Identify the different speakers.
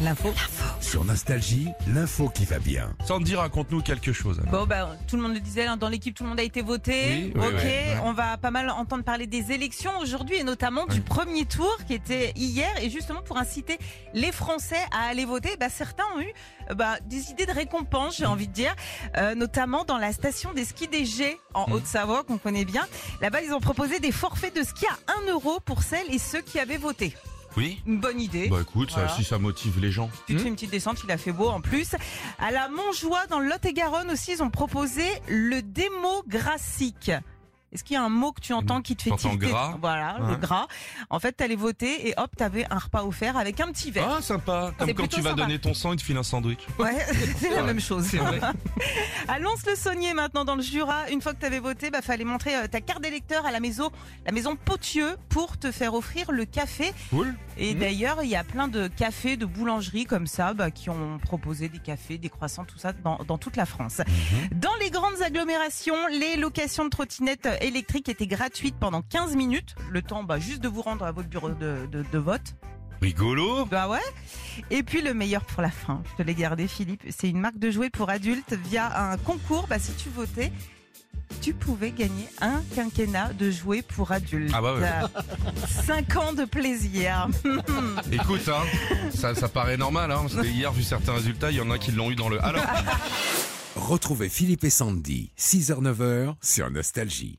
Speaker 1: L'info.
Speaker 2: Sur Nostalgie, l'info qui va bien.
Speaker 3: Sandy, raconte-nous quelque chose. alors.
Speaker 1: Bon, ben, tout le monde le disait, hein, dans l'équipe, tout le monde a été voté.
Speaker 3: Oui, oui,
Speaker 1: ok,
Speaker 3: oui, ouais.
Speaker 1: on va pas mal entendre parler des élections aujourd'hui et notamment du premier tour qui était hier. Et justement, pour inciter les Français à aller voter, bah, certains ont eu euh, bah, des idées de récompense, j'ai envie de dire, euh, notamment dans la station des skis des Gets en
Speaker 3: Mhm.
Speaker 1: Haute-Savoie, qu'on connaît bien. Là-bas, ils ont proposé des forfaits de ski à 1 euro pour celles et ceux qui avaient voté.
Speaker 3: Oui
Speaker 1: Une bonne idée.
Speaker 3: Bah écoute, ça,
Speaker 1: Voilà.
Speaker 3: si ça motive les gens.
Speaker 1: Tu te fais une petite descente, il a fait beau en plus. À la Montjoie, dans le Lot-et-Garonne aussi, ils ont proposé le démo grassique. Est-ce qu'il y a un mot que tu entends qui te fait
Speaker 3: T'entends
Speaker 1: tilter
Speaker 3: gras
Speaker 1: Voilà, le
Speaker 3: Ouais.
Speaker 1: gras. En fait, t'allais voter et hop, t'avais un repas offert avec un petit verre.
Speaker 3: Ah sympa Comme
Speaker 1: C'est
Speaker 3: quand tu
Speaker 1: plutôt
Speaker 3: vas
Speaker 1: sympa.
Speaker 3: donner ton sang, il te file un sandwich.
Speaker 1: ouais, c'est la
Speaker 3: Ouais.
Speaker 1: même chose.
Speaker 3: vrai.
Speaker 1: Allons le saunier maintenant dans le Jura. Une fois que t'avais voté, bah fallait montrer euh, ta carte d'électeur à la maison, la maison Potieux, pour te faire offrir le café
Speaker 3: Cool.
Speaker 1: Et
Speaker 3: Mhm.
Speaker 1: d'ailleurs, il y a plein de cafés, de boulangeries comme ça, bah, qui ont proposé des cafés, des croissants, tout ça, dans, dans toute la France.
Speaker 3: Mhm.
Speaker 1: Dans les grandes agglomérations, les locations de trottinettes électriques étaient gratuites pendant 15 minutes, le temps bah, juste de vous rendre à votre bureau de, de- de vote.
Speaker 3: Rigolo
Speaker 1: Bah ouais. Et puis le meilleur pour la fin, je te l'ai gardé, Philippe. C'est une marque de jouets pour adultes via un concours. Bah, si tu votais. Tu pouvais gagner un quinquennat de jouets pour adultes.
Speaker 3: Ah bah ouais.
Speaker 1: 5 ans de plaisir.
Speaker 3: Écoute, hein, ça, ça paraît normal, hein, parce que hier, vu certains résultats, il y en a qui l'ont eu dans le... Alors
Speaker 2: Retrouvez Philippe et Sandy, 6h-9h sur Nostalgie.